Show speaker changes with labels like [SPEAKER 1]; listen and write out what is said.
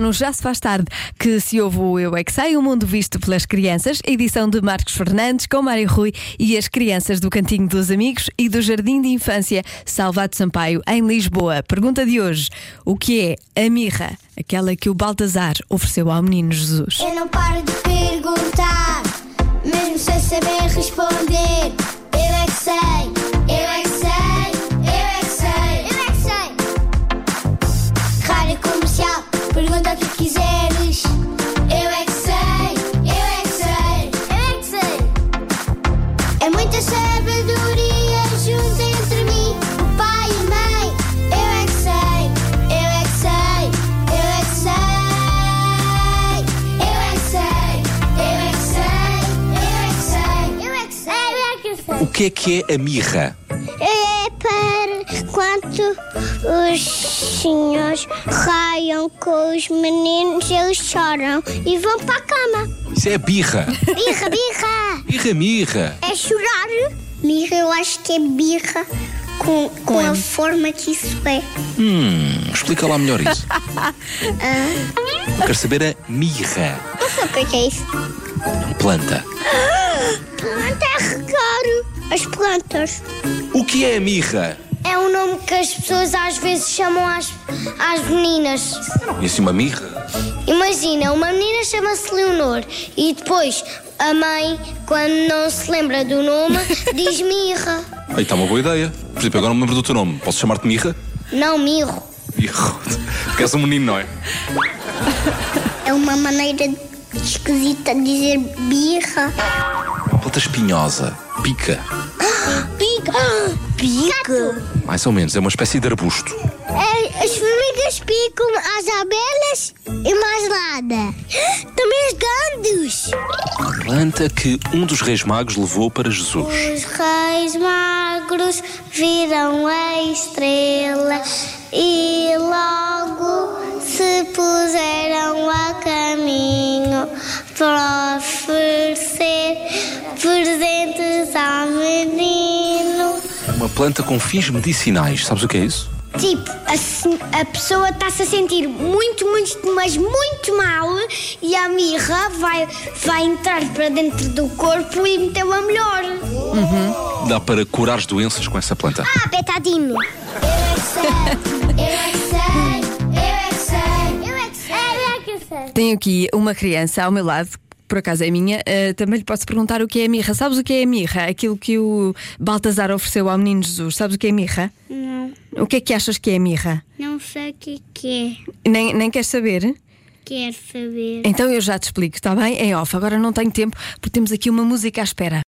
[SPEAKER 1] no Já se faz tarde, que se ouve o Eu é que sei, o mundo visto pelas crianças, edição de Marcos Fernandes com Mário Rui e as crianças do Cantinho dos Amigos e do Jardim de Infância Salvado Sampaio, em Lisboa. Pergunta de hoje: o que é a mirra, aquela que o Baltazar ofereceu ao menino Jesus?
[SPEAKER 2] Eu não paro de perguntar, mesmo sem saber responder. Eu é que sei, eu é que sei, eu é que sei, eu é que sei. Rádio comercial, pergunta o que quiseres. Eu é que sei, eu é que sei, eu é que sei. É muita sabedoria junto entre mim, o pai e a mãe. Eu é que sei, eu é que sei, eu é que sei. Eu é que sei, eu é que sei, eu é que sei, eu é que sei, eu é que sei.
[SPEAKER 3] O que é que é a mirra?
[SPEAKER 2] É para quando os senhores raiam com os meninos, eles choram e vão para a cama.
[SPEAKER 3] Isso é birra.
[SPEAKER 2] Birra, birra!
[SPEAKER 3] Birra, mirra.
[SPEAKER 2] É chorar? Birra, eu acho que é birra com, com a forma que isso é.
[SPEAKER 3] Hum, explica lá melhor isso. Eu quero saber a mirra.
[SPEAKER 2] Não sei o que é que é isso.
[SPEAKER 3] Planta.
[SPEAKER 2] Planta é regar as plantas.
[SPEAKER 3] O que é a mirra?
[SPEAKER 2] É um nome que as pessoas às vezes chamam às, às meninas.
[SPEAKER 3] Conheci uma mirra.
[SPEAKER 2] Imagina, uma menina chama-se Leonor e depois a mãe, quando não se lembra do nome, diz mirra.
[SPEAKER 3] Aí está uma boa ideia. Por exemplo, agora não me lembro do teu nome. Posso chamar-te mirra?
[SPEAKER 2] Não, mirro.
[SPEAKER 3] Mirro. Porque és um menino, não é?
[SPEAKER 2] É uma maneira esquisita de dizer birra.
[SPEAKER 3] Uma planta espinhosa. Pica.
[SPEAKER 2] Ah, Pica! Ah, Pica!
[SPEAKER 3] Mais ou menos. É uma espécie de arbusto.
[SPEAKER 2] É, As formigas picam as abelhas e mais nada. Também os gandos.
[SPEAKER 3] Planta que um dos reis magos levou para Jesus.
[SPEAKER 2] Os reis magros viram a estrela e logo se puseram a caminho para oferecer presentes ao menino.
[SPEAKER 3] Uma planta com fins medicinais. Sabes o que é isso?
[SPEAKER 2] Tipo, a, se- a pessoa está-se a sentir muito, muito, mas muito mal e a mirra vai, vai entrar para dentro do corpo e metê-la melhor.
[SPEAKER 3] Dá para curar as doenças com essa planta.
[SPEAKER 2] Ah, betadinho. é Eu é que sei, eu é que sei, eu é que sei, eu é que sei, eu é que sei.
[SPEAKER 1] Tenho aqui uma criança ao meu lado. Por acaso é minha, eh, também lhe posso perguntar o que é a mirra. Sabes o que é a mirra? Aquilo que o Baltazar ofereceu ao menino Jesus. Sabes o que é mirra?
[SPEAKER 2] Não,
[SPEAKER 1] O que é que achas que é mirra?
[SPEAKER 2] não sei o que que é.
[SPEAKER 1] Nem, nem queres saber?
[SPEAKER 2] Quero saber.
[SPEAKER 1] tá É Então eu já te explico, está bem? Em off. Agora não tenho tempo porque temos aqui uma música à espera.